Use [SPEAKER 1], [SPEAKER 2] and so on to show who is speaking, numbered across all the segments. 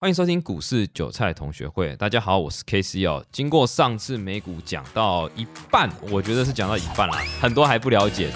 [SPEAKER 1] 欢迎收听股市韭菜同学会。大家好，我是 K C 哦。经过上次美股讲到一半，我觉得是讲到一半啦，很多还不了解。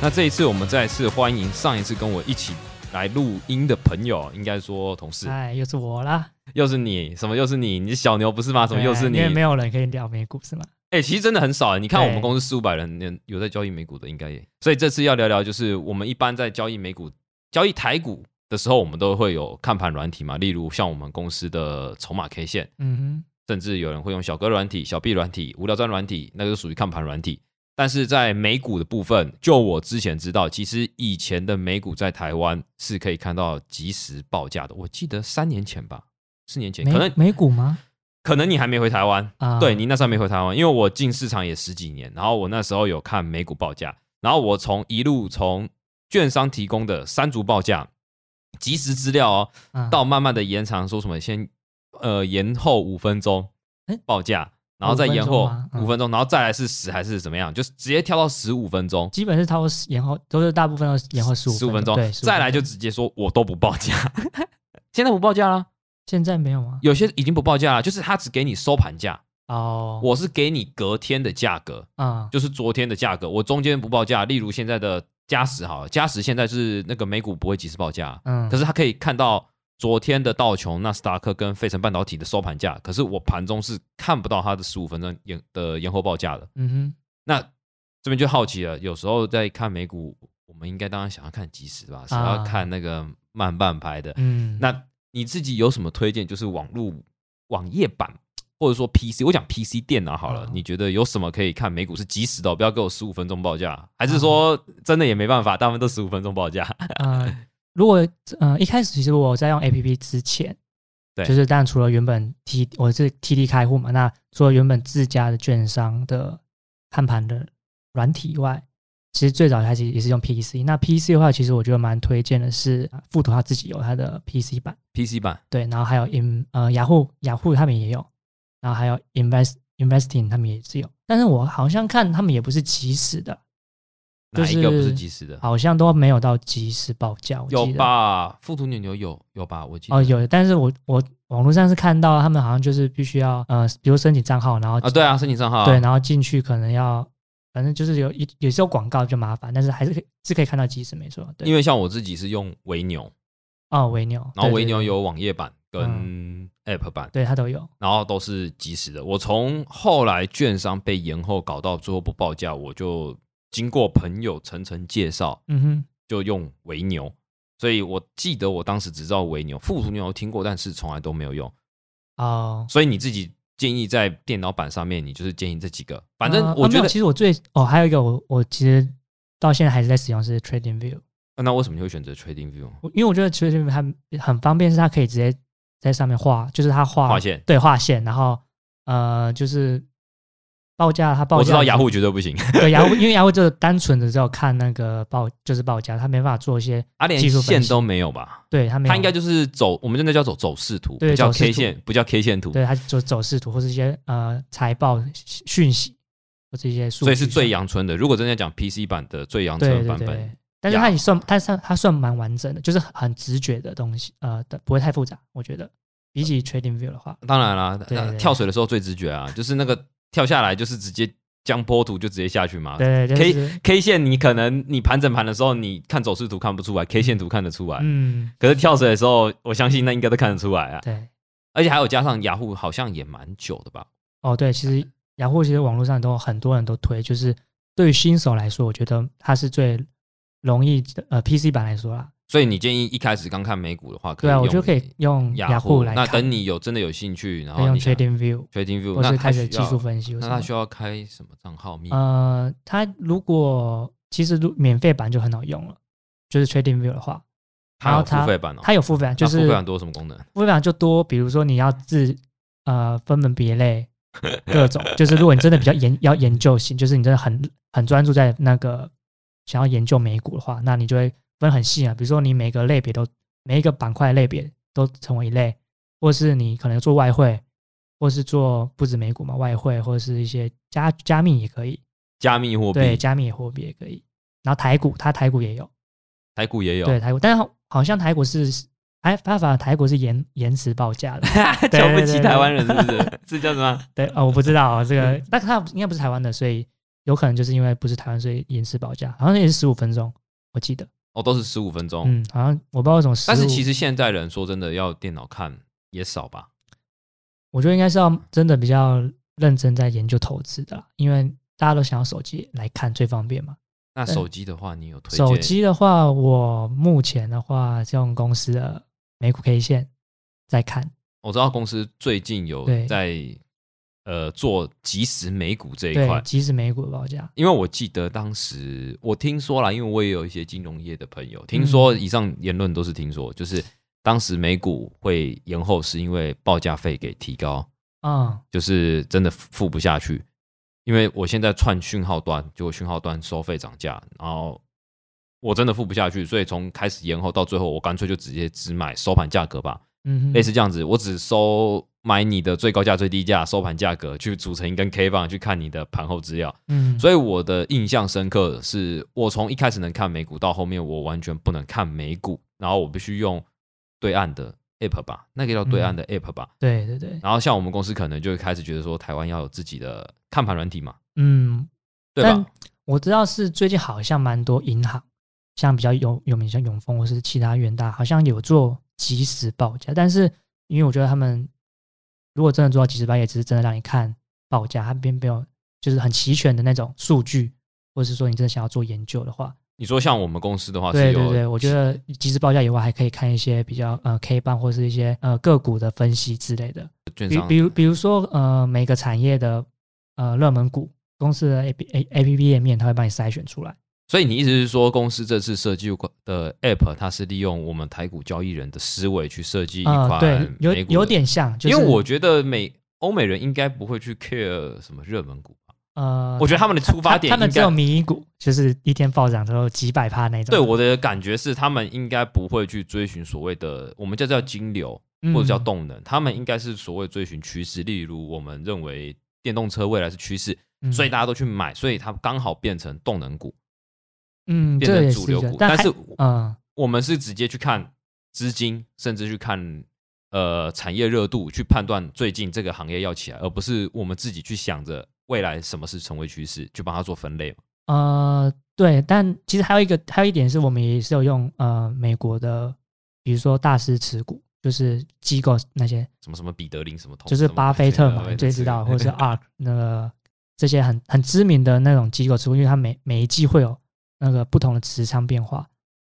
[SPEAKER 1] 那这一次我们再次欢迎上一次跟我一起来录音的朋友，应该说同事，
[SPEAKER 2] 哎，又是我啦！
[SPEAKER 1] 又是你，什么又是你？你是小牛不是吗？什么又是你？
[SPEAKER 2] 因为没
[SPEAKER 1] 哎、
[SPEAKER 2] 有人可以聊美股是吗？
[SPEAKER 1] 其实真的很少哎。你看我们
[SPEAKER 2] 对
[SPEAKER 1] 公司四五百人，有在交易美股的应该也。所以这次要聊聊，就是我们一般在交易美股、交易台股的时候，我们都会有看盘软体嘛，例如像我们公司的筹码 K 线，
[SPEAKER 2] 嗯
[SPEAKER 1] 甚至有人会用小哥软体、小 B 软体、无聊站软体，那个就属于看盘软体。但是在美股的部分，就我之前知道，其实以前的美股在台湾是可以看到即时报价的。我记得三年前吧，四年前，
[SPEAKER 2] 哼，
[SPEAKER 1] 可能
[SPEAKER 2] 美美股吗？
[SPEAKER 1] 可能你还没回台湾，
[SPEAKER 2] 啊，
[SPEAKER 1] 对你那时候还没回台湾，因为我进市场也十几年，然后我那时候有看美股报价，然后我从一路从券商提供的三足报价、即时资料哦，
[SPEAKER 2] 啊
[SPEAKER 1] 到慢慢的延长，说什么先呃延后五分钟
[SPEAKER 2] 诶
[SPEAKER 1] 报价，然后再延
[SPEAKER 2] 5
[SPEAKER 1] 后
[SPEAKER 2] 分钟吗嗯
[SPEAKER 1] 五分钟，然后再来是十还是怎么样，就是直接跳到十五分钟。
[SPEAKER 2] 基本是超过十延后，都是大部分都是延后十五
[SPEAKER 1] 十五分钟
[SPEAKER 2] 对，，15
[SPEAKER 1] 再来就直接说我都不报价， 现在不报价了，
[SPEAKER 2] 现在没有吗？
[SPEAKER 1] 有些已经不报价了，就是他只给你收盘价，
[SPEAKER 2] 哦，
[SPEAKER 1] 我是给你隔天的价格，
[SPEAKER 2] 啊，
[SPEAKER 1] 就是昨天的价格，我中间不报价。例如现在的嘉实好了，嘉实现在是那个美股不会及时报价，
[SPEAKER 2] 嗯，
[SPEAKER 1] 可
[SPEAKER 2] 是
[SPEAKER 1] 是它可以看到昨天的道琼、纳斯达克跟费城半导体的收盘价，可是我盘中是看不到它的十五分钟延的延后报价的。
[SPEAKER 2] 嗯
[SPEAKER 1] 那这边就好奇了，有时候在看美股，我们应该当然想要看即时吧，想要看那个慢半拍的
[SPEAKER 2] 哼，。啊嗯，
[SPEAKER 1] 那你自己有什么推荐？就是网络网页版或者说 PC，我讲 PC 电脑好了，
[SPEAKER 2] 哦
[SPEAKER 1] 你觉得有什么可以看美股是及时的哦？不要给我十五分钟报价，还是说
[SPEAKER 2] 哦
[SPEAKER 1] 真的也没办法，大部分都十五分钟报价？
[SPEAKER 2] 呃，如果呃一开始其实我在用 A P P 之前，
[SPEAKER 1] 对
[SPEAKER 2] 就是当然除了原本 T 我是 T D 开户嘛，那除了原本自家的券商的看盘的软体以外，其实最早开始也是用 P C。那 P C 的话，其实我觉得蛮推荐的是啊富途他自己有他的 P C 版，
[SPEAKER 1] PC 版
[SPEAKER 2] 对，然后还有 In 呃雅虎雅虎他们也有，然后还有 Invest Investing 他们也是有，但是我好像看他们也不是即时的，就
[SPEAKER 1] 哪
[SPEAKER 2] 是
[SPEAKER 1] 一个不是及时的？
[SPEAKER 2] 好像都没有到即时报价，我记得
[SPEAKER 1] 有吧？附图牛牛有有吧？我记得
[SPEAKER 2] 哦，有，但是我我网络上是看到他们好像就是必须要呃，比如申请账号，然后、
[SPEAKER 1] 啊，对啊，申请账号啊
[SPEAKER 2] 对，然后进去可能要，反正就是有也也是有广告就麻烦，但是还是可以是可以看到即时没错。对，
[SPEAKER 1] 因
[SPEAKER 2] 为
[SPEAKER 1] 为像我自己是用维牛，
[SPEAKER 2] 哦，维牛，
[SPEAKER 1] 然后
[SPEAKER 2] 对
[SPEAKER 1] 维牛，
[SPEAKER 2] 对嗯
[SPEAKER 1] 有网页版跟 App 版，
[SPEAKER 2] 对对它都有，
[SPEAKER 1] 然后都是及时的。我从后来券商被延后搞到最后不报价，我就经过朋友层层介绍，
[SPEAKER 2] 嗯哼，
[SPEAKER 1] 就用维牛。所以我记得我当时只知道维牛，富途牛听过，但是从来都没有用。
[SPEAKER 2] 哦，
[SPEAKER 1] 所以你自己建议在电脑版上面，你就是建议这几个。反
[SPEAKER 2] 呃
[SPEAKER 1] 正
[SPEAKER 2] 哦
[SPEAKER 1] 我
[SPEAKER 2] 没
[SPEAKER 1] 觉
[SPEAKER 2] 有
[SPEAKER 1] 得，
[SPEAKER 2] 其实我最哦还有一个我我其实到现在还是在使用是 Trading View，
[SPEAKER 1] 啊那为什么你会选择 Trading View
[SPEAKER 2] 我因为我觉得 Trading View 它很方便，是它可以直接在上面画，就是它画
[SPEAKER 1] 划线？
[SPEAKER 2] 对画线，然后呃就是报价它报价
[SPEAKER 1] 我知道
[SPEAKER 2] 是
[SPEAKER 1] 雅虎绝对不行，
[SPEAKER 2] 对，雅虎因为雅虎就是单纯的只有看那个报，就是报价，他没办法做一些，
[SPEAKER 1] 它啊连
[SPEAKER 2] 技术分
[SPEAKER 1] 线
[SPEAKER 2] 析
[SPEAKER 1] 都没有吧？
[SPEAKER 2] 对他没有，
[SPEAKER 1] 它应该就是走，我们现在叫走走势图，
[SPEAKER 2] 对
[SPEAKER 1] 不叫
[SPEAKER 2] 走势
[SPEAKER 1] K
[SPEAKER 2] 图
[SPEAKER 1] 线，不叫 K 线图，
[SPEAKER 2] 对他就走势图或是一些呃财报讯息或这些数据，
[SPEAKER 1] 所以是最阳春的。如果真的讲 PC 版的最阳
[SPEAKER 2] 对
[SPEAKER 1] 春
[SPEAKER 2] 对
[SPEAKER 1] 版本
[SPEAKER 2] 对，，但是
[SPEAKER 1] 雅
[SPEAKER 2] 它也算，它算它算蛮完整的，就是很直觉的东西，呃，的不会太复杂，我觉得比起 Trading View 的话，
[SPEAKER 1] 当然啦，
[SPEAKER 2] 对
[SPEAKER 1] 呃
[SPEAKER 2] 对
[SPEAKER 1] 跳水的时候最直觉啊， 就是那个跳下来就是直接江波图就直接下去嘛。
[SPEAKER 2] 对对
[SPEAKER 1] 啊可以
[SPEAKER 2] 对，就是、
[SPEAKER 1] K 线你可能你盘整盘的时候，你看走势图看不出来，K 线图看得出来。
[SPEAKER 2] 嗯，
[SPEAKER 1] 可是跳水的时候，我相信那应该都看得出来啊。
[SPEAKER 2] 对，
[SPEAKER 1] 而且还有加上雅虎好像也蛮久的吧？
[SPEAKER 2] 哦对，其实雅虎其实网络上都有很多人都推，就是对于新手来说，我觉得它是最容易的呃 PC 版来说啦，
[SPEAKER 1] 所以你建议一开始刚看美股的话，可以
[SPEAKER 2] 对啊，我
[SPEAKER 1] 用
[SPEAKER 2] 觉得可以用
[SPEAKER 1] 雅
[SPEAKER 2] 雅虎来
[SPEAKER 1] 那
[SPEAKER 2] 看，
[SPEAKER 1] 等你有真的有兴趣，然
[SPEAKER 2] 可以
[SPEAKER 1] 后
[SPEAKER 2] 用
[SPEAKER 1] 你想
[SPEAKER 2] Trading View
[SPEAKER 1] Trading View，
[SPEAKER 2] 或
[SPEAKER 1] 那
[SPEAKER 2] 是
[SPEAKER 1] 它
[SPEAKER 2] 开
[SPEAKER 1] 需
[SPEAKER 2] 始技术
[SPEAKER 1] 要
[SPEAKER 2] 分析或
[SPEAKER 1] 那
[SPEAKER 2] 什
[SPEAKER 1] 它
[SPEAKER 2] 么。
[SPEAKER 1] 需要开什么账号密码？
[SPEAKER 2] 呃，它如果其实如免费版就很好用了，就是 Trading View 的话，
[SPEAKER 1] 它
[SPEAKER 2] 然
[SPEAKER 1] 有
[SPEAKER 2] 后它
[SPEAKER 1] 付费版哦，
[SPEAKER 2] 它有付费版，啊就
[SPEAKER 1] 那
[SPEAKER 2] 是
[SPEAKER 1] 付费版多什么功能？
[SPEAKER 2] 付费版就多，比如说你要自呃分门别 类各种，就是如果你真的比较研要研究型，就是你真的很很专注在那个想要研究美股的话，那你就会分很细啊，比如说你每个类别都每一个板块类别都成为一类，或是你可能做外汇，或是做不止美股嘛，外汇或者是一些加加密也可以，
[SPEAKER 1] 加密货币
[SPEAKER 2] 对，加密货币也可以，然后台股它台股也有，
[SPEAKER 1] 台股也有，
[SPEAKER 2] 对台股，但是好像台股是，哎，它反而台股是延延迟报价的，对
[SPEAKER 1] 瞧不
[SPEAKER 2] 对
[SPEAKER 1] 起
[SPEAKER 2] 对
[SPEAKER 1] 台湾人是不 是？这叫什么？
[SPEAKER 2] 对啊、哦我不知道啊这个，但它应该不是台湾的，所以有可能就是因为不是台湾，所以延迟报价，好像也是十五分钟，我记得，
[SPEAKER 1] 哦，都是十五分钟。
[SPEAKER 2] 嗯，好像我不知道为什么15，
[SPEAKER 1] 但是其实现在人说真的要电脑看也少吧？
[SPEAKER 2] 我觉得应该是要真的比较认真在研究投资的啦，因为大家都想要手机来看最方便嘛。
[SPEAKER 1] 那
[SPEAKER 2] 对
[SPEAKER 1] 手机的话，你有推荐？
[SPEAKER 2] 手机的话，我目前的话是用公司的美股 K 线在看，
[SPEAKER 1] 我知道公司最近有
[SPEAKER 2] 对
[SPEAKER 1] 在呃做即时美股这一
[SPEAKER 2] 对
[SPEAKER 1] 块，，
[SPEAKER 2] 即使美股的报价，
[SPEAKER 1] 因为我记得当时我听说啦，因为我也有一些金融业的朋友，听说以上言论都是听说，就是当时美股会延后是因为报价费给提高，
[SPEAKER 2] 嗯，
[SPEAKER 1] 就是真的付不下去。因为我现在串讯号端，就讯号端收费涨价，然后我真的付不下去，所以从开始延后到最后，我干脆就直接只买收盘价格吧，
[SPEAKER 2] 嗯哼，
[SPEAKER 1] 类似这样子，我只收买你的最高价、最低价、收盘价格，去组成一根 K 棒，去看你的盘后资料。
[SPEAKER 2] 嗯，
[SPEAKER 1] 所以我的印象深刻的是，我从一开始能看美股，到后面我完全不能看美股，然后我必须用对岸的 app 吧，那个叫
[SPEAKER 2] 嗯
[SPEAKER 1] 对岸的 app 吧。
[SPEAKER 2] 对对对，
[SPEAKER 1] 然后像我们公司可能就会开始觉得说，台湾要有自己的看盘软体嘛，
[SPEAKER 2] 嗯，
[SPEAKER 1] 对
[SPEAKER 2] 但
[SPEAKER 1] 吧？
[SPEAKER 2] 我知道是最近好像蛮多银行，像比较有有名像永丰或是其他远大，好像有做即时报价，但是因为我觉得他们如果真的做到即时报价，也只是真的让你看报价，它并没有就是很齐全的那种数据，或者是说你真的想要做研究的话，
[SPEAKER 1] 你说像我们公司的话啊是
[SPEAKER 2] 对
[SPEAKER 1] 有，
[SPEAKER 2] 对对，我觉得即时报价以外，还可以看一些比较呃 K 棒或是一些呃个股的分析之类的。
[SPEAKER 1] 券
[SPEAKER 2] 比
[SPEAKER 1] 商
[SPEAKER 2] 比如比如说呃，每个产业的呃热门股，公司的 A P A A P P 页面，它会帮你筛选出来。
[SPEAKER 1] 所以你意思是说，公司这次设计的 app，它是利用我们台股交易人的思维去设计一
[SPEAKER 2] 呃，
[SPEAKER 1] 款
[SPEAKER 2] 对，有
[SPEAKER 1] 美股的
[SPEAKER 2] 有点像，就是、
[SPEAKER 1] 因为我觉得美欧美人应该不会去 care 什么热门股吧，
[SPEAKER 2] 呃，
[SPEAKER 1] 我觉得他们的出发点
[SPEAKER 2] 他他们
[SPEAKER 1] 应
[SPEAKER 2] 只
[SPEAKER 1] 该
[SPEAKER 2] 有迷因股，就是一天暴涨之后几百趴那种。
[SPEAKER 1] 对我的感觉是，他们应该不会去追寻所谓的我们叫叫金流
[SPEAKER 2] 嗯
[SPEAKER 1] 或者叫动能，他们应该是所谓追寻趋势，例如我们认为电动车未来是趋势，
[SPEAKER 2] 嗯
[SPEAKER 1] 所以大家都去买，所以它刚好变成动能股，
[SPEAKER 2] 嗯，
[SPEAKER 1] 变
[SPEAKER 2] 这
[SPEAKER 1] 成
[SPEAKER 2] 也
[SPEAKER 1] 主
[SPEAKER 2] 是一
[SPEAKER 1] 流
[SPEAKER 2] 个
[SPEAKER 1] 股，，但
[SPEAKER 2] 还
[SPEAKER 1] 是
[SPEAKER 2] 嗯
[SPEAKER 1] 我们是直接去看资金，甚至去看呃产业热度，去判断最近这个行业要起来，而不是我们自己去想着未来什么是成为趋势，去帮它做分类嘛。
[SPEAKER 2] 呃，对，但其实还有一个，还有一点是我们也是有用呃美国的，比如说大师持股，就是机构那些，
[SPEAKER 1] 什么什么彼得林什么通，
[SPEAKER 2] 就是
[SPEAKER 1] 什么
[SPEAKER 2] 巴菲特
[SPEAKER 1] 之类
[SPEAKER 2] 嘛，你
[SPEAKER 1] 的
[SPEAKER 2] 最知道，
[SPEAKER 1] 之
[SPEAKER 2] 或
[SPEAKER 1] 类
[SPEAKER 2] 者
[SPEAKER 1] 的
[SPEAKER 2] 是 ARK 那个这些很很知名的那种机构持股，因为它每每一季会有那个不同的持仓变化。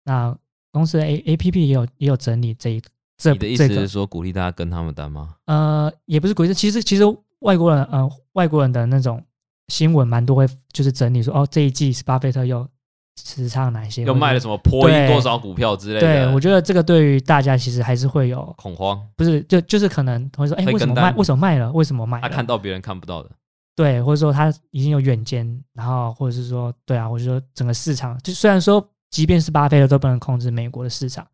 [SPEAKER 2] 那公司的 A A P P 也有也有整理这一这
[SPEAKER 1] 你的意思
[SPEAKER 2] 这
[SPEAKER 1] 是
[SPEAKER 2] 个
[SPEAKER 1] 说鼓励大家跟他们单吗？
[SPEAKER 2] 呃，也不是股市，其实其实外国人呃外国人的那种新闻蛮多会就是整理说哦这一季是巴菲特又持仓哪些，
[SPEAKER 1] 又
[SPEAKER 2] 或者
[SPEAKER 1] 卖了
[SPEAKER 2] 是
[SPEAKER 1] 什么破亿
[SPEAKER 2] 对
[SPEAKER 1] 多少股票之类的？
[SPEAKER 2] 对，我觉得这个对于大家其实还是会有，
[SPEAKER 1] 恐慌，
[SPEAKER 2] 不是就就是可能会说，哎，
[SPEAKER 1] 会
[SPEAKER 2] 为什么
[SPEAKER 1] 跟单
[SPEAKER 2] 卖？为什么卖了？为什么卖
[SPEAKER 1] 他
[SPEAKER 2] 了？
[SPEAKER 1] 看到别人看不到的，
[SPEAKER 2] 对，或者说他已经有远见，然后或者是说，对啊，我就说整个市场，就虽然说即便是巴菲特都不能控制美国的市场，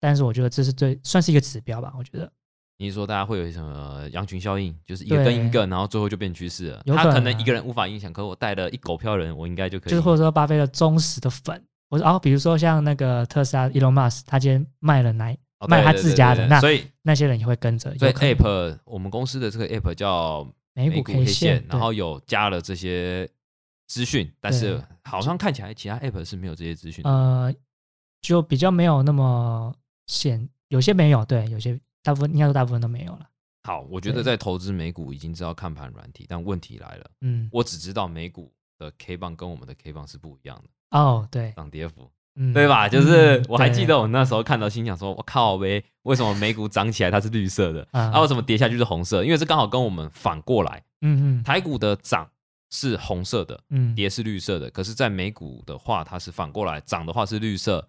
[SPEAKER 2] 但是我觉得这是最算是一个指标吧，我觉得
[SPEAKER 1] 你是说大家会有什么羊群效应，就是一个
[SPEAKER 2] 对
[SPEAKER 1] 跟一个，然后最后就变趋势了。
[SPEAKER 2] 有
[SPEAKER 1] 他
[SPEAKER 2] 可
[SPEAKER 1] 可
[SPEAKER 2] 能
[SPEAKER 1] 能
[SPEAKER 2] 啊
[SPEAKER 1] 一个人无法影响，可我带了一狗票人，我应该就可以。
[SPEAKER 2] 就是或者说巴菲特忠实的粉，我说哦，比如说像那个特斯拉 Elon Musk，他今天卖了哪
[SPEAKER 1] 哦
[SPEAKER 2] 卖
[SPEAKER 1] 对
[SPEAKER 2] 他
[SPEAKER 1] 对
[SPEAKER 2] 自
[SPEAKER 1] 对
[SPEAKER 2] 家
[SPEAKER 1] 对
[SPEAKER 2] 的
[SPEAKER 1] 对
[SPEAKER 2] 那
[SPEAKER 1] 所以
[SPEAKER 2] 那些人也会跟着，
[SPEAKER 1] 所以
[SPEAKER 2] 有可能
[SPEAKER 1] App 我们公司的这个 App 叫
[SPEAKER 2] 美
[SPEAKER 1] 美股
[SPEAKER 2] 股 K
[SPEAKER 1] 线，然
[SPEAKER 2] 对
[SPEAKER 1] 后有加了这些资讯，但是好像看起来其他 App 是没有这些资讯的。
[SPEAKER 2] 呃，就比较没有那么显，有些没有，对，有些大部分应该说大部分都没有了，
[SPEAKER 1] 好，我觉得
[SPEAKER 2] 对
[SPEAKER 1] 在投资美股已经知道看盘软体，但问题来了，
[SPEAKER 2] 嗯，
[SPEAKER 1] 我只知道美股的 K 棒跟我们的 K 棒是不一样的，
[SPEAKER 2] 哦，对，
[SPEAKER 1] 涨跌幅。
[SPEAKER 2] 嗯，
[SPEAKER 1] 对吧？就是
[SPEAKER 2] 嗯
[SPEAKER 1] 我还记
[SPEAKER 2] 对
[SPEAKER 1] 得我那时候看到，心想说：“我靠呗， 为什么美股涨起来它是绿色的，
[SPEAKER 2] 啊
[SPEAKER 1] 啊，为什么跌下去是红色？因为这刚好跟我们反过来，
[SPEAKER 2] 嗯嗯
[SPEAKER 1] 台股的涨是红色的，
[SPEAKER 2] 嗯，
[SPEAKER 1] 跌是绿色的。可是，在美股的话，它是反过来，涨的话是绿色，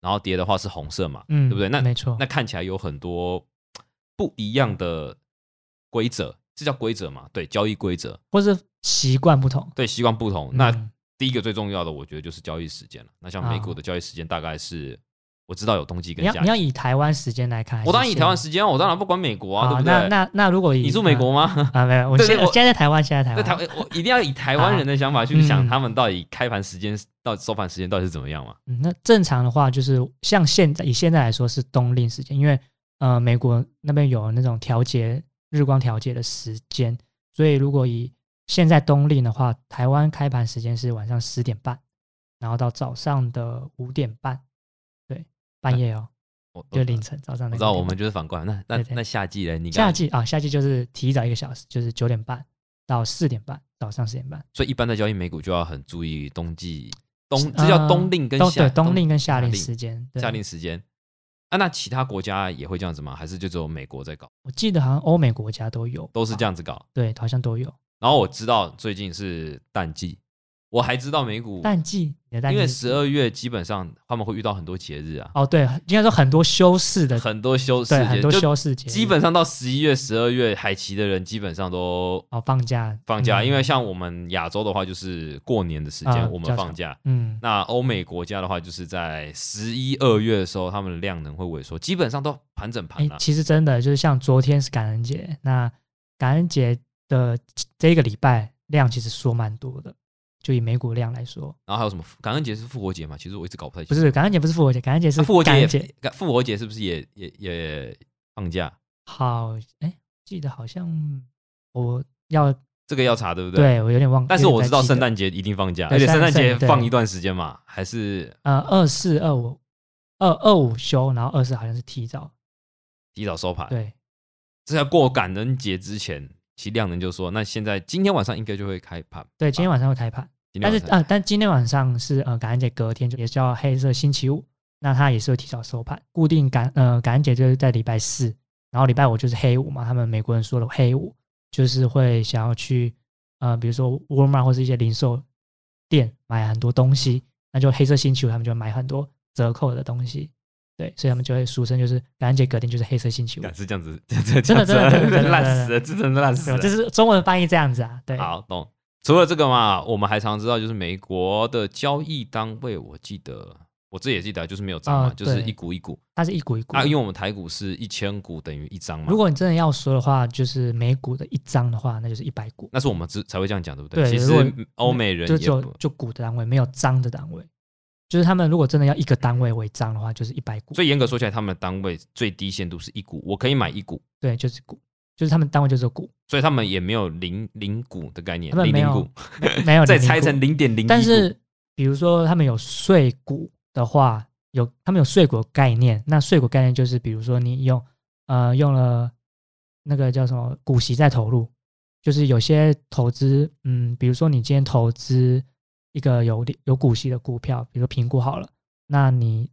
[SPEAKER 1] 然后跌的话是红色嘛，
[SPEAKER 2] 嗯，
[SPEAKER 1] 对不对？那
[SPEAKER 2] 没错，
[SPEAKER 1] 那看起来有很多不一样的规则，这叫规则嘛？对，交易规则，
[SPEAKER 2] 或是习惯不同。
[SPEAKER 1] 对，习惯不同。那
[SPEAKER 2] 嗯
[SPEAKER 1] 第一个最重要的，我觉得就是交易时间了。那像美股
[SPEAKER 2] 啊
[SPEAKER 1] 的交易时间大概是我知道有冬季跟
[SPEAKER 2] 你要
[SPEAKER 1] 夏
[SPEAKER 2] 你要
[SPEAKER 1] 季。
[SPEAKER 2] 以台湾时间来看，还是
[SPEAKER 1] 我当然以台湾
[SPEAKER 2] 现
[SPEAKER 1] 时间啊，我当然不管美国
[SPEAKER 2] 在
[SPEAKER 1] 啊，对
[SPEAKER 2] 好
[SPEAKER 1] 不
[SPEAKER 2] 那
[SPEAKER 1] 对？
[SPEAKER 2] 那那如果以
[SPEAKER 1] 你住美国吗？
[SPEAKER 2] 啊？没有，我
[SPEAKER 1] 对
[SPEAKER 2] 现
[SPEAKER 1] 对我
[SPEAKER 2] 现在在台湾，现在在
[SPEAKER 1] 在
[SPEAKER 2] 台
[SPEAKER 1] 台
[SPEAKER 2] 湾啊
[SPEAKER 1] 湾，我一定要以台湾人的想法去
[SPEAKER 2] 嗯
[SPEAKER 1] 想，他们到底开盘时间到底收盘时间到底是怎么样嘛？
[SPEAKER 2] 嗯，那正常的话，就是像现在以现在来说是冬令时间，因为呃美国那边有那种调节日光调节的时间，所以如果以现在冬令的话，台湾开盘时间是晚上十点半，然后到早上的五点半，对，半夜哦，
[SPEAKER 1] 我
[SPEAKER 2] 就凌晨早上
[SPEAKER 1] 我
[SPEAKER 2] 的5点半。
[SPEAKER 1] 知道，我们就是反过来。那那
[SPEAKER 2] 对对
[SPEAKER 1] 那夏季嘞，你刚
[SPEAKER 2] 夏，季啊，夏季就是提早一个小时，就是九点半到四点半，早上四点半。
[SPEAKER 1] 所以一般在交易美股就要很注意冬季冬，
[SPEAKER 2] 呃
[SPEAKER 1] 这叫冬令跟
[SPEAKER 2] 冬
[SPEAKER 1] 夏
[SPEAKER 2] 对冬令跟夏
[SPEAKER 1] 夏
[SPEAKER 2] 令
[SPEAKER 1] 令
[SPEAKER 2] 时间，对
[SPEAKER 1] 夏令时间。啊，那其他国家也会这样子吗？还是就只有美国在搞，
[SPEAKER 2] 我记得好像欧美国家都有，
[SPEAKER 1] 都是这
[SPEAKER 2] 样，
[SPEAKER 1] 样哦子搞？
[SPEAKER 2] 对，好像都有。
[SPEAKER 1] 然后我知道最近是淡季，我还知道美股，
[SPEAKER 2] 淡季，你的淡季
[SPEAKER 1] 因为
[SPEAKER 2] 是
[SPEAKER 1] 十二月基本上他们会遇到很多节日啊，
[SPEAKER 2] 哦，对，应该说很多修饰的，
[SPEAKER 1] 很多休市
[SPEAKER 2] 对，很
[SPEAKER 1] 节，
[SPEAKER 2] 多
[SPEAKER 1] 就
[SPEAKER 2] 修饰节日，
[SPEAKER 1] 基本上到十一月、十二月，海奇的人基本上都
[SPEAKER 2] 哦放假
[SPEAKER 1] 放假，
[SPEAKER 2] 嗯
[SPEAKER 1] 因为像我们亚洲的话，就是过年的时间、
[SPEAKER 2] 啊
[SPEAKER 1] 我们
[SPEAKER 2] 较
[SPEAKER 1] 放
[SPEAKER 2] 长
[SPEAKER 1] 假。
[SPEAKER 2] 嗯
[SPEAKER 1] 那欧美国家的话，就是在十一二月的时候，他们的量能会萎缩，基本上都盘整盘
[SPEAKER 2] 哎、
[SPEAKER 1] 了、
[SPEAKER 2] 其实真的就是像昨天是感恩节，那感恩节的这一个礼拜量其实缩蛮多的，就以美股量来说，
[SPEAKER 1] 然后还有什么感恩节是复活节嘛？其实我一直搞不太清
[SPEAKER 2] 不
[SPEAKER 1] 楚。
[SPEAKER 2] 是感恩节不是复活节，感恩节是
[SPEAKER 1] 啊复活
[SPEAKER 2] 感
[SPEAKER 1] 节
[SPEAKER 2] 恩
[SPEAKER 1] 也
[SPEAKER 2] 节，
[SPEAKER 1] 复活节是不是也也也放假？
[SPEAKER 2] 好，哎、记得好像我要
[SPEAKER 1] 这个要查对不对？。
[SPEAKER 2] 对我有点忘，
[SPEAKER 1] 但是
[SPEAKER 2] 有点
[SPEAKER 1] 我
[SPEAKER 2] 不太
[SPEAKER 1] 知道
[SPEAKER 2] 记
[SPEAKER 1] 圣
[SPEAKER 2] 得
[SPEAKER 1] 诞节一定放假，
[SPEAKER 2] 对
[SPEAKER 1] 而且圣诞
[SPEAKER 2] 圣
[SPEAKER 1] 节
[SPEAKER 2] 诞对
[SPEAKER 1] 放一段时间嘛，还是
[SPEAKER 2] 呃二四二五二二五休，然后二四好像是提早，
[SPEAKER 1] 提早收盘。
[SPEAKER 2] 对，
[SPEAKER 1] 这要过感恩节之前，其量能就说，那现在今天晚上应该就会开盘。
[SPEAKER 2] 对，今天晚上会开盘。
[SPEAKER 1] 今天
[SPEAKER 2] 但是
[SPEAKER 1] 晚上
[SPEAKER 2] 呃，但今天晚上是呃感恩节隔天，就也叫黑色星期五，那它也是会提早收盘。固定感呃感恩节就是在礼拜四，然后礼拜五就是黑五嘛，他们美国人说的黑五，就是会想要去呃比如说 Walmart 或是一些零售店买很多东西，那就黑色星期五他们就会买很多折扣的东西，对，所以他们就会俗称就是感恩节隔天就是黑色星期五
[SPEAKER 1] 干，是这样子，这这
[SPEAKER 2] 真
[SPEAKER 1] 样子
[SPEAKER 2] 的真的真的真的
[SPEAKER 1] 烂
[SPEAKER 2] 真的
[SPEAKER 1] 死了，这真的烂死
[SPEAKER 2] 对吧
[SPEAKER 1] 了。
[SPEAKER 2] 这是中文翻译这样子啊，对，
[SPEAKER 1] 好懂。除了这个嘛，我们还常知道就是美国的交易单位，我记得我这也记得，就是没有张嘛，
[SPEAKER 2] 啊
[SPEAKER 1] 就是
[SPEAKER 2] 对
[SPEAKER 1] 一股一股
[SPEAKER 2] 它是一股一股
[SPEAKER 1] 啊，因为我们台股是一千股等于一张嘛
[SPEAKER 2] 如，果你真的要说的话，就是美股的一张的话，那就是一百股，
[SPEAKER 1] 那是我们之才会这样讲，对不对？
[SPEAKER 2] 对
[SPEAKER 1] 其
[SPEAKER 2] 如果
[SPEAKER 1] 实欧美人
[SPEAKER 2] 就
[SPEAKER 1] 也
[SPEAKER 2] 只有
[SPEAKER 1] 不
[SPEAKER 2] 就股的单位，没有张的单位。就是他们如果真的要一个单位为张的话，就是一百股，
[SPEAKER 1] 所以严格说起来，他们的单位最低限度是一股，我可以买一股，
[SPEAKER 2] 对，就是股，就是他们单位就是股，
[SPEAKER 1] 所以他们也没有零零股的概念，
[SPEAKER 2] 他们
[SPEAKER 1] 零
[SPEAKER 2] 没
[SPEAKER 1] 零
[SPEAKER 2] 有
[SPEAKER 1] 股，
[SPEAKER 2] 没没有
[SPEAKER 1] 再
[SPEAKER 2] 零零
[SPEAKER 1] 拆
[SPEAKER 2] 股
[SPEAKER 1] 成零点零，
[SPEAKER 2] 但是比如说他们有税股的话，有他们有税股概念，那税股概念就是比如说你用呃用了那个叫什么股息再投入，就是有些投资，嗯，比如说你今天投资一个有利有股息的股票，比如说苹果好了，那你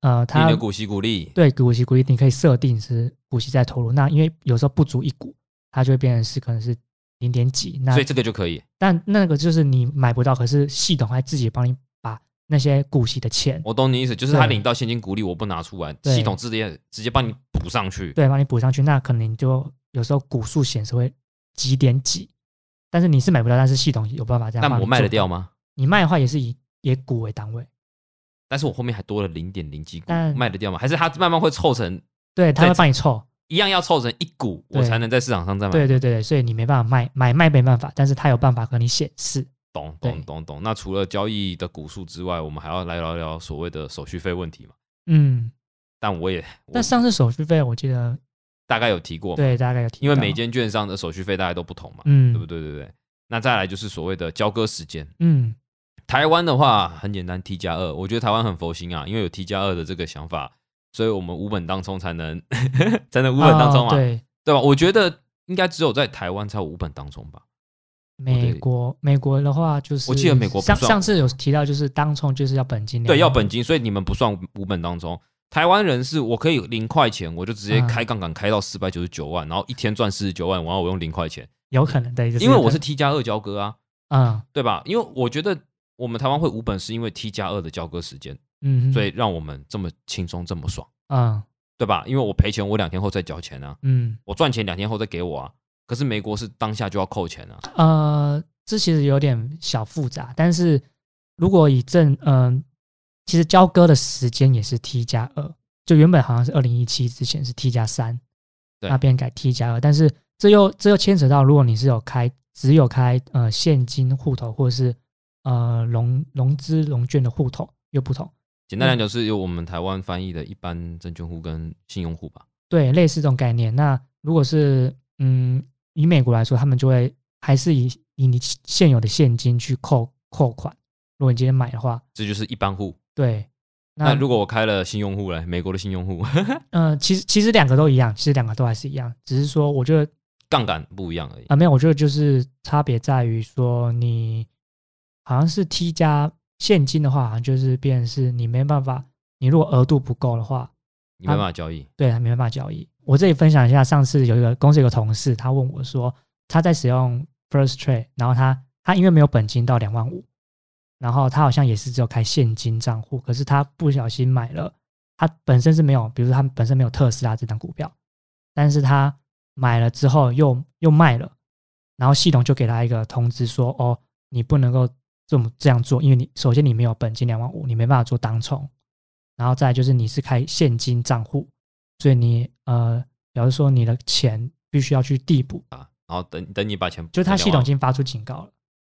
[SPEAKER 2] 呃
[SPEAKER 1] 你
[SPEAKER 2] 它
[SPEAKER 1] 的股息股利，
[SPEAKER 2] 对股息股利，你可以设定是股息再投入，那因为有时候不足一股，它就会变成是可能是零点几，那
[SPEAKER 1] 所以这个就可以，
[SPEAKER 2] 但那个就是你买不到，可是系统还自己帮你把那些股息的钱，
[SPEAKER 1] 我懂你意思，就是他
[SPEAKER 2] 对
[SPEAKER 1] 领到现金股利，我不拿出来，
[SPEAKER 2] 对
[SPEAKER 1] 系统直接直接帮你补上去。
[SPEAKER 2] 对，帮你补上去。那可能你就有时候股数显示会几点几，但是你是买不到，但是系统有办法这样。
[SPEAKER 1] 那我卖得掉？吗？
[SPEAKER 2] 你卖的话也是以以股为单位，
[SPEAKER 1] 但是我后面还多了零点零几股，
[SPEAKER 2] 但
[SPEAKER 1] 卖得掉吗？还是它慢慢会凑成
[SPEAKER 2] 对，他
[SPEAKER 1] 对
[SPEAKER 2] 会帮你凑。
[SPEAKER 1] 一样要凑成一股，
[SPEAKER 2] 对
[SPEAKER 1] 我才能在市场上再买？
[SPEAKER 2] 对对对对，所以你没办法卖，买卖没办法，但是他有办法和你显示。
[SPEAKER 1] 懂懂
[SPEAKER 2] 对
[SPEAKER 1] 懂懂。那除了交易的股数之外，我们还要来聊聊所谓的手续费问题嘛？
[SPEAKER 2] 嗯，
[SPEAKER 1] 但我也我
[SPEAKER 2] 但上次手续费我记得
[SPEAKER 1] 大概有提过嘛，
[SPEAKER 2] 对大概有提到，
[SPEAKER 1] 哦因为每间券商的手续费大概都不同嘛，
[SPEAKER 2] 嗯
[SPEAKER 1] 对不对？对对。那再来就是所谓的交割时间，
[SPEAKER 2] 嗯
[SPEAKER 1] 台湾的话很简单，T 加二，我觉得台湾很佛心啊，因为有 T 加二的这个想法，所以我们无本当冲才能 才能无本当冲
[SPEAKER 2] 哦
[SPEAKER 1] 嘛，
[SPEAKER 2] 对，
[SPEAKER 1] 对吧？我觉得应该只有在台湾才有无本当冲吧。
[SPEAKER 2] 美国，美国的话就是，
[SPEAKER 1] 我记得美国不
[SPEAKER 2] 上
[SPEAKER 1] 算
[SPEAKER 2] 上次有提到，就是当冲就是要本金，
[SPEAKER 1] 对，要本，金，所以你们不算无本当中。台湾人是我可以零块钱，我就直接
[SPEAKER 2] 嗯
[SPEAKER 1] 开杠杆开到四百九十九万，然后一天赚四十九万，然后我用零块钱，
[SPEAKER 2] 有可能对，就是
[SPEAKER 1] 因为我是
[SPEAKER 2] 有可
[SPEAKER 1] T 加二交割啊，
[SPEAKER 2] 能
[SPEAKER 1] 对吧？因为我觉得我们台湾会无本是因为 T 加二的交割时间，
[SPEAKER 2] 嗯嗯，
[SPEAKER 1] 所以让我们这么轻松这么爽，
[SPEAKER 2] 嗯
[SPEAKER 1] 对吧？因为我赔钱，我两天后再缴钱啊，
[SPEAKER 2] 嗯
[SPEAKER 1] 我赚钱两天后再给我啊。可是美国是当下就要扣钱啊，
[SPEAKER 2] 呃，这其实有点小复杂，但是如果以正嗯、其实交割的时间也是 T 加二，就原本好像是二零一七之前是 T 加三，
[SPEAKER 1] 对
[SPEAKER 2] 那边改 T 加二，但是这又这又牵扯到，如果你是有开只有开呃现金户头或者是呃融融资融券的户头又不同，
[SPEAKER 1] 简单来
[SPEAKER 2] 嗯
[SPEAKER 1] 讲，是由我们台湾翻译的一般证券户跟信用户吧。
[SPEAKER 2] 对，类似这种概念。那如果是嗯，以美国来说，他们就会还是以以你现有的现金去扣扣款。如果你今天买的话，
[SPEAKER 1] 这就是一般户。
[SPEAKER 2] 对，
[SPEAKER 1] 那如果我开了信用户嘞，美国的信用户
[SPEAKER 2] 呃，其实其实两个都一样，其实两个都还是一样，只是说我觉得
[SPEAKER 1] 杠杆不一样而已
[SPEAKER 2] 啊、。没有，我觉得就是差别在于说你好像是 T 加现金的话，好像就是变成是你没办法，你如果额度不够的话，
[SPEAKER 1] 你
[SPEAKER 2] 啊
[SPEAKER 1] 没办法交易，
[SPEAKER 2] 对，他没办法交易。我这里分享一下，上次有一个公司有个同事，他问我说，他在使用 First Trade，然后他他因为没有本金到两万五，然后他好像也是只有开现金账户，可是他不小心买了，他本身是没有，比如说他本身没有特斯拉这张股票，但是他买了之后又又卖了，然后系统就给他一个通知说，哦，你不能够这么这样做，因为你首先你没有本金两万五，你没办法做当冲，然后再来就是你是开现金账户，所以你呃，比如说你的钱必须要去递补，
[SPEAKER 1] 然后等等你把钱，
[SPEAKER 2] 就是它系统已
[SPEAKER 1] 等你
[SPEAKER 2] 经发出警告了。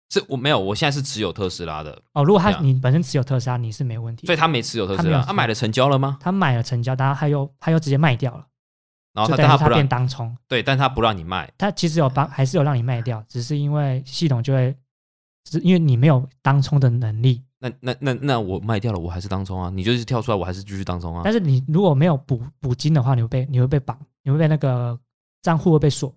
[SPEAKER 1] 是我没有，我现在是持有特斯拉的，
[SPEAKER 2] 哦，如果他
[SPEAKER 1] 对啊
[SPEAKER 2] 你本身持有特斯拉，你是没问题。
[SPEAKER 1] 所以他没持有特斯
[SPEAKER 2] 他没有
[SPEAKER 1] 拉，
[SPEAKER 2] 持有
[SPEAKER 1] 他买了成交了吗？
[SPEAKER 2] 他买了成交，但他又他又直接卖掉了，
[SPEAKER 1] 然后他哦
[SPEAKER 2] 就等
[SPEAKER 1] 但
[SPEAKER 2] 于
[SPEAKER 1] 他
[SPEAKER 2] 他
[SPEAKER 1] 不
[SPEAKER 2] 变
[SPEAKER 1] 让嗯
[SPEAKER 2] 当冲。
[SPEAKER 1] 对，但他不让你卖，
[SPEAKER 2] 他其实有帮，还是有让你卖掉，只是因为系统就会，只因为你没有当冲的能力。
[SPEAKER 1] 那那那那我卖掉了，我还是当冲啊，你就是跳出来，我还是继续当冲啊
[SPEAKER 2] 但。是你如果没有补补金的话，你会被你会被绑，你会被那个账户会被锁，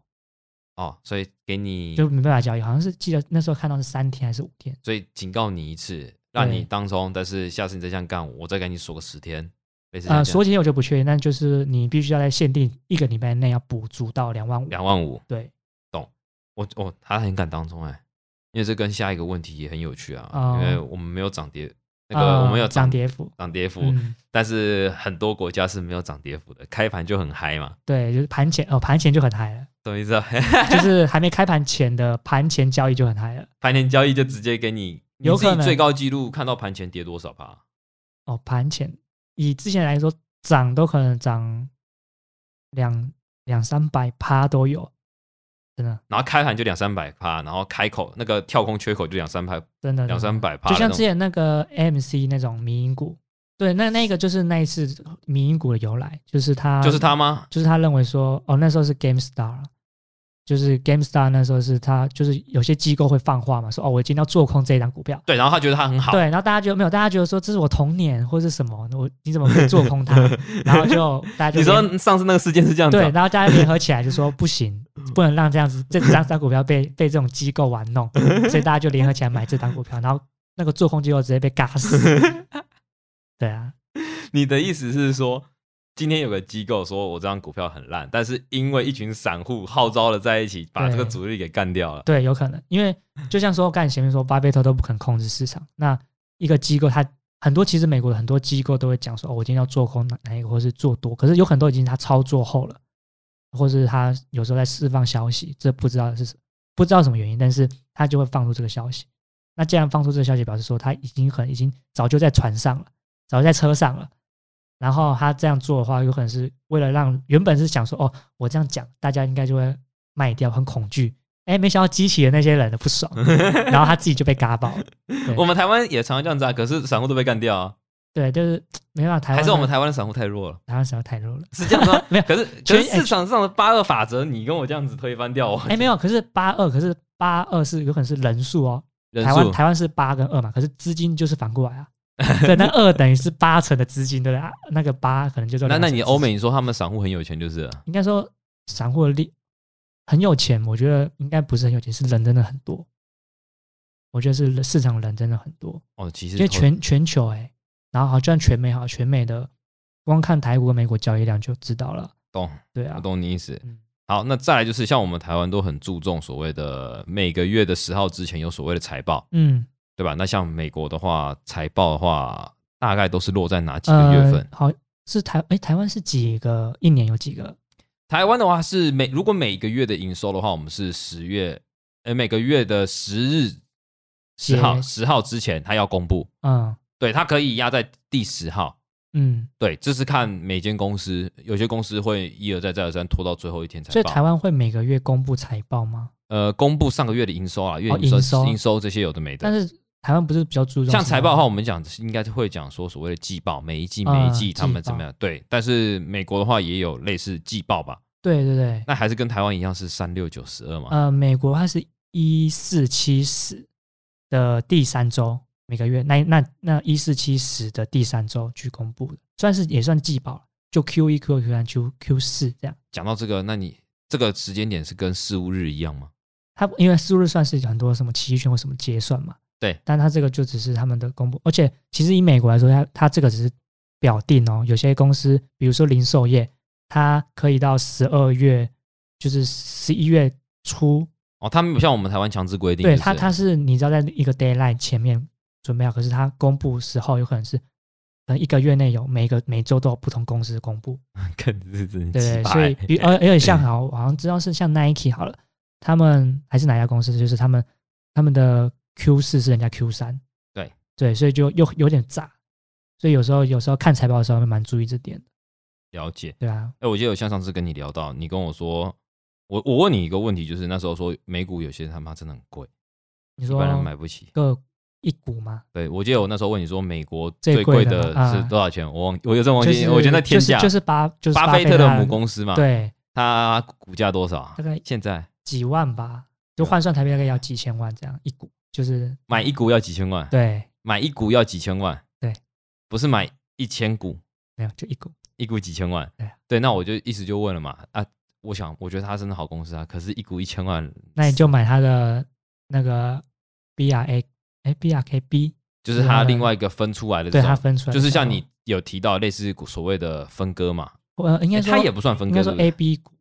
[SPEAKER 1] 哦，所以给你，
[SPEAKER 2] 就没办法交易。好像是记得那时候看到是三天还是五天。
[SPEAKER 1] 所以警告你一次，让
[SPEAKER 2] 对
[SPEAKER 1] 你当冲，但是下次你再这样干，我再给你锁个十天，类似像
[SPEAKER 2] 呃，
[SPEAKER 1] 这样
[SPEAKER 2] 锁几天我就不确定，但就是你必须要在限定一个礼拜内要补足到两万五。
[SPEAKER 1] 两万五，
[SPEAKER 2] 对，
[SPEAKER 1] 我哦，他很敢当冲哎、因为这跟下一个问题也很有趣啊，
[SPEAKER 2] 哦
[SPEAKER 1] 因为我们没有涨跌，那
[SPEAKER 2] 呃
[SPEAKER 1] 个我们有
[SPEAKER 2] 涨跌幅。
[SPEAKER 1] 涨跌幅，
[SPEAKER 2] 嗯，
[SPEAKER 1] 但是很多国家是没有涨跌幅的，开盘就很嗨嘛，
[SPEAKER 2] 对，就是盘前哦，盘前就很嗨了，
[SPEAKER 1] 什么意思啊？
[SPEAKER 2] 就是还没开盘前的盘前交易就很嗨了。
[SPEAKER 1] 盘前交易就直接给你，你
[SPEAKER 2] 有
[SPEAKER 1] 自己
[SPEAKER 2] 可能
[SPEAKER 1] 最高纪录看到盘前跌多少吧？
[SPEAKER 2] 哦，盘前以之前来说，涨都可能涨两两三百趴都有，真的
[SPEAKER 1] 然后开盘就两三百趴，然后开口那个跳空缺口就两三百
[SPEAKER 2] 真的
[SPEAKER 1] 两三。百趴
[SPEAKER 2] 嗯
[SPEAKER 1] 的
[SPEAKER 2] 就
[SPEAKER 1] 那种，
[SPEAKER 2] 像之前那个 MC 那种民营股，对，那那个就是那一次民营股的由来，就是它
[SPEAKER 1] 就是他吗？
[SPEAKER 2] 就是他认为说，哦，那时候是 GameStar，就是 GameStar 那时候是他，就是有些机构会放话嘛，说哦，我今天要做空这一档股票，
[SPEAKER 1] 对，然后他觉得他很好，
[SPEAKER 2] 对，然后大家就没有，大家觉得说这是我童年或是什么，我你怎么可以做 空它？然后就大家就
[SPEAKER 1] 你说
[SPEAKER 2] 联
[SPEAKER 1] 上次那个事件是这样子
[SPEAKER 2] 对，
[SPEAKER 1] 啊、
[SPEAKER 2] 然后大家联合起来就说 不行，不能让这样子这这张股票被 被这种机构玩 弄，所以大家就联合起来买这档股票，然后那个做空机构直接被嘎 死。对啊，
[SPEAKER 1] 你的意思是说，今天有个机构说我这张股票很烂，但是因为一群散户号召了在一起，把这
[SPEAKER 2] 对
[SPEAKER 1] 个主力给干掉了。
[SPEAKER 2] 对，有可能，因为就像说刚才前面说，巴菲特都不肯控制市场。那一个机构它，很多其实美国的很多机构都会讲说，哦，我今天要做空哪哪一个，或是做多，可是有很多已经他操作后了，或是他有时候在释放消息，这不知道是什不知道什么原因，但是他就会放出这个消息。那既然放出这个消息，表示说他已经很已经早就在船上了，早就在车上了。然后他这样做的话，有可能是为了让原本是想说，哦，我这样讲，大家应该就会卖掉，很恐惧，哎，没想到激起了那些人的 不爽，然后他自己就被嘎爆了。对
[SPEAKER 1] 我们台湾也常常这样子啊，可是散户都被干掉啊，
[SPEAKER 2] 对，就是没办法，台
[SPEAKER 1] 还
[SPEAKER 2] 湾
[SPEAKER 1] 是我们
[SPEAKER 2] 的
[SPEAKER 1] 台湾的散户太弱了，
[SPEAKER 2] 台湾实在太弱了。？
[SPEAKER 1] 是这样子吗
[SPEAKER 2] 没有哎
[SPEAKER 1] 可是可
[SPEAKER 2] 全
[SPEAKER 1] 是市场上的八二法则，你跟我这样子推翻掉我，
[SPEAKER 2] 哎，没有，可是八二，可是八二是有可能是人数哦。
[SPEAKER 1] 人
[SPEAKER 2] 台湾
[SPEAKER 1] 数
[SPEAKER 2] 台湾是八跟二嘛，可是资金就是反过 来啊。对，那二等于是八成的资金，对不对？啊那个八可能就是
[SPEAKER 1] 那那你
[SPEAKER 2] 20%的资金
[SPEAKER 1] 欧美你说他们散户很有钱就是了，
[SPEAKER 2] 应该说散户的利很有钱，我觉得应该不是很有钱，是人真的很多。我觉得是市场人真的很多，
[SPEAKER 1] 哦，其实
[SPEAKER 2] 因为
[SPEAKER 1] 投
[SPEAKER 2] 全全球哎、然后好就像全美好，全美的光看台股跟美股交易量就知道了。
[SPEAKER 1] 懂
[SPEAKER 2] 对啊
[SPEAKER 1] 我，懂你意思。
[SPEAKER 2] 嗯
[SPEAKER 1] 好，那再来就是像我们台湾都很注重所谓的每个月的十号之前有所谓的财报，
[SPEAKER 2] 嗯，
[SPEAKER 1] 对吧？那像美国的话，财报的话大概都是落在哪几个
[SPEAKER 2] 呃，
[SPEAKER 1] 月份？
[SPEAKER 2] 好是台哎、台湾是几个一年有几个？
[SPEAKER 1] 台湾的话是每如果每个月的营收的话，我们是十月，呃，每个月的十日十号
[SPEAKER 2] 节
[SPEAKER 1] 十号之前它要公布，
[SPEAKER 2] 嗯，
[SPEAKER 1] 对，它可以压在第十号。
[SPEAKER 2] 嗯，
[SPEAKER 1] 对，这是看每间公司，有些公司会一而再再而三拖到最后一天才报。
[SPEAKER 2] 所以台湾会每个月公布财报吗？
[SPEAKER 1] 呃，公布上个月的营收啊，月
[SPEAKER 2] 哦
[SPEAKER 1] 营
[SPEAKER 2] 营
[SPEAKER 1] 收、
[SPEAKER 2] 收
[SPEAKER 1] 营收这些有的没的。
[SPEAKER 2] 但是台湾不是比较注重
[SPEAKER 1] 像财报的话，
[SPEAKER 2] 后，
[SPEAKER 1] 我们讲应该会讲说所谓的季报，每一季每一
[SPEAKER 2] 嗯
[SPEAKER 1] 季他们怎么
[SPEAKER 2] 季
[SPEAKER 1] 样？对，但是美国的话也有类似季报吧？
[SPEAKER 2] 对对对，
[SPEAKER 1] 那还是跟台湾一样是三六九十二嘛？
[SPEAKER 2] 呃，美国它是一四七十的第三周每个月，那那那一四七十的第三周去公布的，算是也算季报了，就 Q 一、Q 二、Q 三、Q Q 四这样。
[SPEAKER 1] 讲到这个，那你这个时间点是跟事务日一样吗？
[SPEAKER 2] 它因为输入算是很多什么奇异圈或什么结算嘛，
[SPEAKER 1] 对，
[SPEAKER 2] 但它这个就只是他们的公布，而且其实以美国来说，它它这个只是表定哦，有些公司，比如说零售业，它可以到十二月，就是十一月初
[SPEAKER 1] 哦，他们不像我们台湾强制规定，
[SPEAKER 2] 对
[SPEAKER 1] 就是
[SPEAKER 2] 他，他是你知道在一个 d a y l i n e 前面准备好，可是他公布时候有可能是，可能一个月内有每一个每周都有不同公司公布，
[SPEAKER 1] 看这真
[SPEAKER 2] 对
[SPEAKER 1] 鸡
[SPEAKER 2] 对，
[SPEAKER 1] 巴
[SPEAKER 2] 所以呃
[SPEAKER 1] 欸
[SPEAKER 2] 比而而且像好，好像知道是像 Nike 好了，他们还是哪家公司，就是他们他们的 Q 四是人家 Q 三，
[SPEAKER 1] 对
[SPEAKER 2] 对，所以就又有点杂，所以有时候有时候看财报的时候会蛮注意这点的，
[SPEAKER 1] 了解。
[SPEAKER 2] 对啊，
[SPEAKER 1] 哎、我记得有像上次跟你聊到，你跟我说，我我问你一个问题，就是那时候说美股有些他妈真的很贵，
[SPEAKER 2] 你
[SPEAKER 1] 一
[SPEAKER 2] 说
[SPEAKER 1] 般人买不起。
[SPEAKER 2] 个一股嘛，
[SPEAKER 1] 对，我记得我那时候问你说美国
[SPEAKER 2] 最
[SPEAKER 1] 最贵
[SPEAKER 2] 贵的
[SPEAKER 1] 的
[SPEAKER 2] 嘛
[SPEAKER 1] 是
[SPEAKER 2] 啊
[SPEAKER 1] 多少钱，我忘，我有这忘
[SPEAKER 2] 就
[SPEAKER 1] 记，
[SPEAKER 2] 是
[SPEAKER 1] 哦我觉得天
[SPEAKER 2] 就是
[SPEAKER 1] 价
[SPEAKER 2] 就是巴就是
[SPEAKER 1] 巴菲
[SPEAKER 2] 菲
[SPEAKER 1] 特的
[SPEAKER 2] 他
[SPEAKER 1] 母公司嘛，，啊
[SPEAKER 2] 对
[SPEAKER 1] 它股价多少啊？
[SPEAKER 2] 大概
[SPEAKER 1] 现在
[SPEAKER 2] 几万吧，
[SPEAKER 1] 对
[SPEAKER 2] 就
[SPEAKER 1] 啊
[SPEAKER 2] 换算台币大概要几千万这样一股，就是
[SPEAKER 1] 买一股要几千万，
[SPEAKER 2] 对，
[SPEAKER 1] 买一股要几千万，
[SPEAKER 2] 对，
[SPEAKER 1] 不是买一千股，
[SPEAKER 2] 没有就一股，
[SPEAKER 1] 一股几千万
[SPEAKER 2] 对啊，
[SPEAKER 1] 对，那我就意思就问了嘛，啊，我想我觉得它真的好公司啊，可是一股一千万，
[SPEAKER 2] 那你就买它的那个 B R A 哎 B R K B，
[SPEAKER 1] 就是它另外一个分出来的这
[SPEAKER 2] 啊对它
[SPEAKER 1] 种，
[SPEAKER 2] 分出来的
[SPEAKER 1] 就是像
[SPEAKER 2] 时候
[SPEAKER 1] 你有提到类似所谓的分割嘛，
[SPEAKER 2] 呃应该
[SPEAKER 1] 欸
[SPEAKER 2] 说
[SPEAKER 1] 它也不算分
[SPEAKER 2] 应
[SPEAKER 1] 割，
[SPEAKER 2] 该
[SPEAKER 1] 对
[SPEAKER 2] 说
[SPEAKER 1] 不对
[SPEAKER 2] A B 股，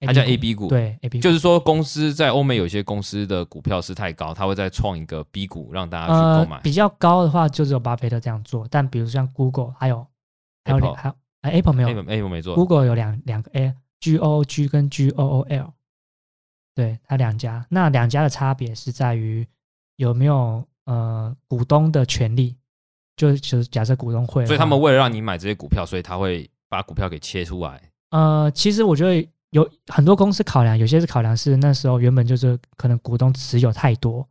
[SPEAKER 1] 它叫
[SPEAKER 2] AB
[SPEAKER 1] A B 股，
[SPEAKER 2] 对 A B
[SPEAKER 1] 就是说，公司在欧美有些公司的股票是太高，它会再创一个 B 股让大家去
[SPEAKER 2] 呃
[SPEAKER 1] 购买。
[SPEAKER 2] 比较高的话就只有巴菲特这样做，但比如像 Google 还有还有
[SPEAKER 1] Apple
[SPEAKER 2] 两还有哎 Apple 没
[SPEAKER 1] A
[SPEAKER 2] 有
[SPEAKER 1] 股 A 股没做，
[SPEAKER 2] ，Google 有两两个 A G O G 跟 G O O L，对，它两家，那两家的差别是在于有没有呃股东的权利，就就是假设股东会的话，
[SPEAKER 1] 所以他们为了让你买这些股票，所以他会把股票给切出来。
[SPEAKER 2] 呃，其实我觉得有很多公司考量，有些是考量是那时候原本就是可能股东持有太多，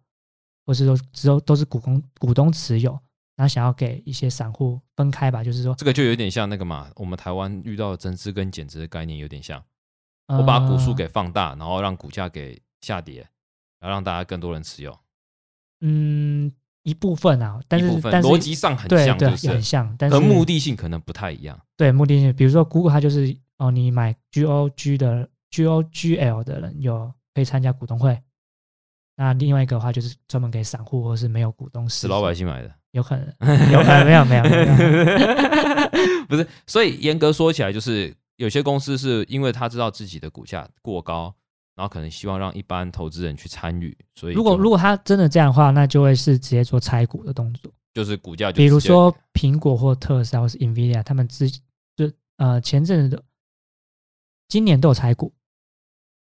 [SPEAKER 2] 或是说只有都是股东股东持有，然后想要给一些散户分开吧，就是说、
[SPEAKER 1] 这个就有点像那个嘛，我们台湾遇到的增资跟减资的概念有点像，我把股数
[SPEAKER 2] 呃
[SPEAKER 1] 给放大，然后让股价给下跌，然后让大家更多人持有。
[SPEAKER 2] 嗯一部分啊，但
[SPEAKER 1] 一
[SPEAKER 2] 是
[SPEAKER 1] 部分
[SPEAKER 2] 但是
[SPEAKER 1] 逻辑上很
[SPEAKER 2] 对
[SPEAKER 1] 像，
[SPEAKER 2] 对
[SPEAKER 1] 就
[SPEAKER 2] 也很
[SPEAKER 1] 是，
[SPEAKER 2] 像，但是
[SPEAKER 1] 可目的性可能不太一样。
[SPEAKER 2] 对目的性，比如说 Google 它就是哦，你买 GOG 的 GOGL 的人有可以参加股东会。那另外一个的话，就是专门给散户或是没有股东
[SPEAKER 1] 死
[SPEAKER 2] 是
[SPEAKER 1] 老百姓买的，
[SPEAKER 2] 有可能， 有可能没有没有没有，没 有
[SPEAKER 1] 不是，所以严格说起来，就是有些公司是因为他知道自己的股价过高，然后可能希望让一般投资人去参与，所以
[SPEAKER 2] 如果
[SPEAKER 1] 果
[SPEAKER 2] 如果他真的这样的话，那就会是直接做拆股的动作。
[SPEAKER 1] 就是股价就直接，
[SPEAKER 2] 比如说苹果或特斯拉或是 Nvidia，他们之就呃前阵子的今年都有拆股，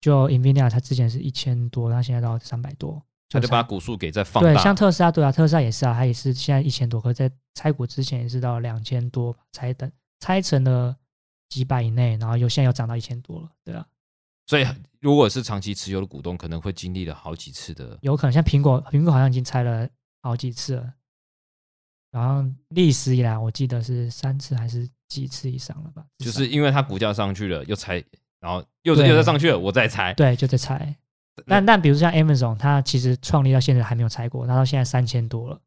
[SPEAKER 2] 就 Nvidia 它之前是一千多，它现在到三百多，
[SPEAKER 1] 他就
[SPEAKER 2] 拆
[SPEAKER 1] 把股数给再放
[SPEAKER 2] 对，
[SPEAKER 1] 大，
[SPEAKER 2] 像特斯拉对啊，特斯拉也是啊，它也是现在一千多，可是在拆股之前也是到两千多吧才等拆成了几百以内，然后又现在又涨到一千多了，对啊，
[SPEAKER 1] 所以如果是长期持有的股东，可能会经历了好几次的，
[SPEAKER 2] 有可能像苹果，苹果好像已经拆了好几次了，然后历史以来我记得是三次还是几次以上了吧？至
[SPEAKER 1] 就
[SPEAKER 2] 少
[SPEAKER 1] 是因为他股价上去了又拆，然后又
[SPEAKER 2] 啊对
[SPEAKER 1] 又再上去了，我再拆，
[SPEAKER 2] 对，就在拆。但但比如像 Amazon，它其实创立到现在还没有拆过，那到现在三千 多了，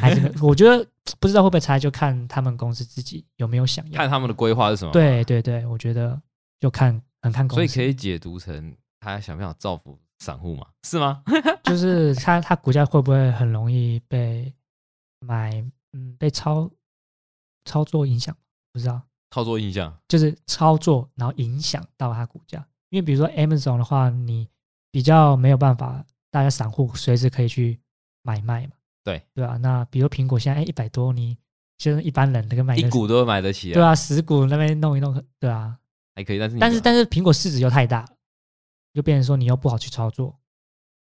[SPEAKER 2] 还是没有我觉得不知道会不会拆，就看他们公司自己有没有想要。
[SPEAKER 1] 看他们的规划是什么，，
[SPEAKER 2] 对对对，我觉得就看很看公
[SPEAKER 1] 所
[SPEAKER 2] 司，
[SPEAKER 1] 以可以解读成他想不想造福散户嘛，是吗？
[SPEAKER 2] 就是它它股价会不会很容易被买，嗯，被操操作影响，不知道。
[SPEAKER 1] 操作印象。
[SPEAKER 2] 就是操作，然后影响到它股价。因为比如说 Amazon 的话，你比较没有办法，大家散户随时可以去买卖嘛。
[SPEAKER 1] 对
[SPEAKER 2] 对啊，那比如苹果现在一百多，你就是一般人那个买
[SPEAKER 1] 一
[SPEAKER 2] 个
[SPEAKER 1] 股都买得起，
[SPEAKER 2] 对，啊，十股那边弄一弄，对啊。
[SPEAKER 1] 还可以，但是你
[SPEAKER 2] 但是
[SPEAKER 1] 的
[SPEAKER 2] 但是苹果市值又太大了，就变成说你又不好去操作，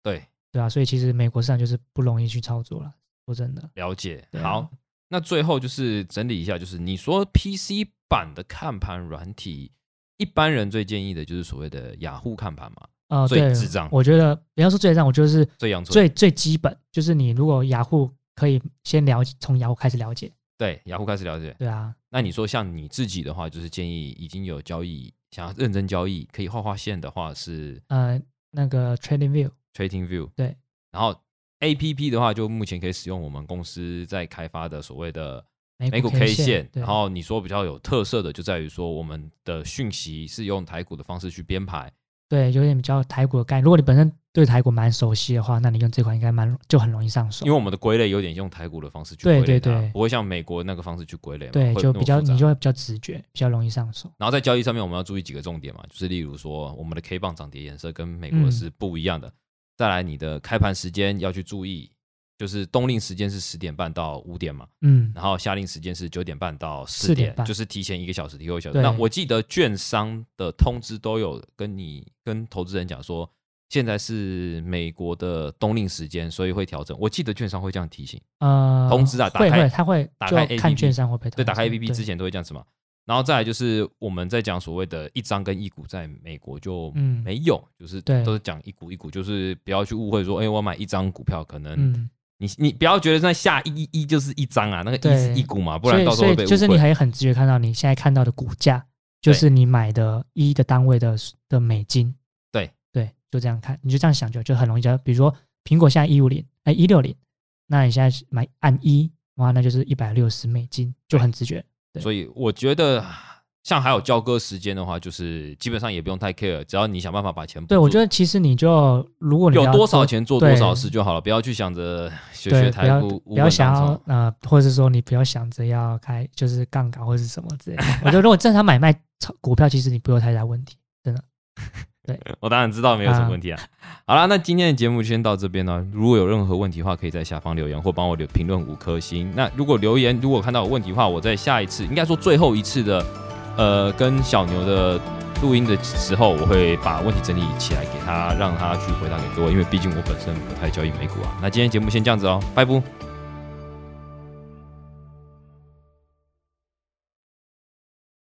[SPEAKER 1] 对
[SPEAKER 2] 对啊，所以其实美国市场就是不容易去操作了。说真的，
[SPEAKER 1] 了解
[SPEAKER 2] 对啊
[SPEAKER 1] 好。那最后就是整理一下，就是你说 PC 版的看盘软体，一般人最建议的就是所谓的雅虎看盘嘛，
[SPEAKER 2] 呃，
[SPEAKER 1] 最
[SPEAKER 2] 对
[SPEAKER 1] 智障
[SPEAKER 2] 我觉得不要说最智障，我觉得是
[SPEAKER 1] 最阳春。
[SPEAKER 2] 最最基本，就是你如果雅虎可以先了解，从雅虎开始了解，
[SPEAKER 1] 对，雅虎开始了解。
[SPEAKER 2] 对啊，
[SPEAKER 1] 那你说像你自己的话，就是建议已经有交易想要认真交易，可以画画线的话是
[SPEAKER 2] 呃，那个 Trading View，
[SPEAKER 1] Trading View。
[SPEAKER 2] 对，
[SPEAKER 1] 然后 A P P 的话，就目前可以使用我们公司在开发的所谓的美股 K 线。
[SPEAKER 2] 对
[SPEAKER 1] 然后你说比较有特色的，就在于说我们的讯息是用台股的方式去编排。
[SPEAKER 2] 对，有点比较台股的概念。如果你本身对台股蛮熟悉的话，那你用这款应该蛮就很容易上手
[SPEAKER 1] 因为。我们的归类有点用台股的方式去归
[SPEAKER 2] 对
[SPEAKER 1] 类它，
[SPEAKER 2] 对对
[SPEAKER 1] 不会像美国那个方式去归类嘛，
[SPEAKER 2] 对，
[SPEAKER 1] 会
[SPEAKER 2] 就
[SPEAKER 1] 那么
[SPEAKER 2] 比较
[SPEAKER 1] 复杂
[SPEAKER 2] 你就会比较直觉，比较容易上手。
[SPEAKER 1] 然后在交易上面，我们要注意几个重点嘛，就是例如说我们的 K 棒涨跌颜色跟美
[SPEAKER 2] 嗯
[SPEAKER 1] 国的是不一样的，再来你的开盘时间要去注意，就是冬令时间是十点半到五点嘛，
[SPEAKER 2] 嗯，
[SPEAKER 1] 然后夏令时间是九点半到四
[SPEAKER 2] 4点半
[SPEAKER 1] 就是提前一个小时、提后一个小时。
[SPEAKER 2] 对
[SPEAKER 1] 那我记得券商的通知都有跟你跟投资人讲说，现在是美国的冬令时间，所以会调整。我记得券商会这样提醒，
[SPEAKER 2] 呃，
[SPEAKER 1] 通知啊打
[SPEAKER 2] 会
[SPEAKER 1] 开
[SPEAKER 2] 会，他会
[SPEAKER 1] 打
[SPEAKER 2] 就
[SPEAKER 1] 开
[SPEAKER 2] 看
[SPEAKER 1] APP
[SPEAKER 2] 券商会不会
[SPEAKER 1] 对，打开
[SPEAKER 2] 通知
[SPEAKER 1] APP 之，前都会这样子嘛。然后再来就是我们在讲所谓的一张跟一股，在美国就
[SPEAKER 2] 对嗯，
[SPEAKER 1] 没有，就是
[SPEAKER 2] 对
[SPEAKER 1] 都是讲一股一股，就是不要去误会说，哎、我买一张股票，可能
[SPEAKER 2] 嗯，
[SPEAKER 1] 你你不要觉得那下一一一就是一张啊，那个
[SPEAKER 2] 对
[SPEAKER 1] 一是一股嘛，不
[SPEAKER 2] 所
[SPEAKER 1] 然
[SPEAKER 2] 以
[SPEAKER 1] 到时
[SPEAKER 2] 所
[SPEAKER 1] 候会
[SPEAKER 2] 以
[SPEAKER 1] 被误会。
[SPEAKER 2] 就是你可以很直觉看到你现在看到的股价，就
[SPEAKER 1] 对
[SPEAKER 2] 是你买的一的单位的的美金。
[SPEAKER 1] 对
[SPEAKER 2] 对，就这样看，你就这样想就就很容易就，比如说苹果现在一五零，哎一六零，那你现在买按一，哇，那就是一百六十美金，就很直觉。对
[SPEAKER 1] 所以我觉得，像还有交割时间的话，就是基本上也不用太 care，只要你想办法把钱补
[SPEAKER 2] 对，我
[SPEAKER 1] 足
[SPEAKER 2] 觉得其实你就如果你
[SPEAKER 1] 有
[SPEAKER 2] 要
[SPEAKER 1] 多
[SPEAKER 2] 做
[SPEAKER 1] 少钱做多
[SPEAKER 2] 对
[SPEAKER 1] 少事就好了，不要去想着学
[SPEAKER 2] 对，
[SPEAKER 1] 学
[SPEAKER 2] 不
[SPEAKER 1] 台
[SPEAKER 2] 要
[SPEAKER 1] 股，
[SPEAKER 2] 不要想
[SPEAKER 1] 无本当
[SPEAKER 2] 要
[SPEAKER 1] 冲
[SPEAKER 2] 呃，或者是说你不要想着要开就是杠杆或是什么之 类的。我觉得如果正常买卖炒股票，其实你不会有太大问题。
[SPEAKER 1] 我当然知道没有什么问题啊。好啦，那今天的节目就先到这边了。如果有任何问题的话，可以在下方留言或帮我留评论五颗星。那如果留言如果看到有问题的话，我在下一次应该说最后一次的呃跟小牛的录音的时候，我会把问题整理起来给他，让他去回答给各位，因为毕竟我本身不太交易美股啊。那今天节目先这样子哦，拜拜。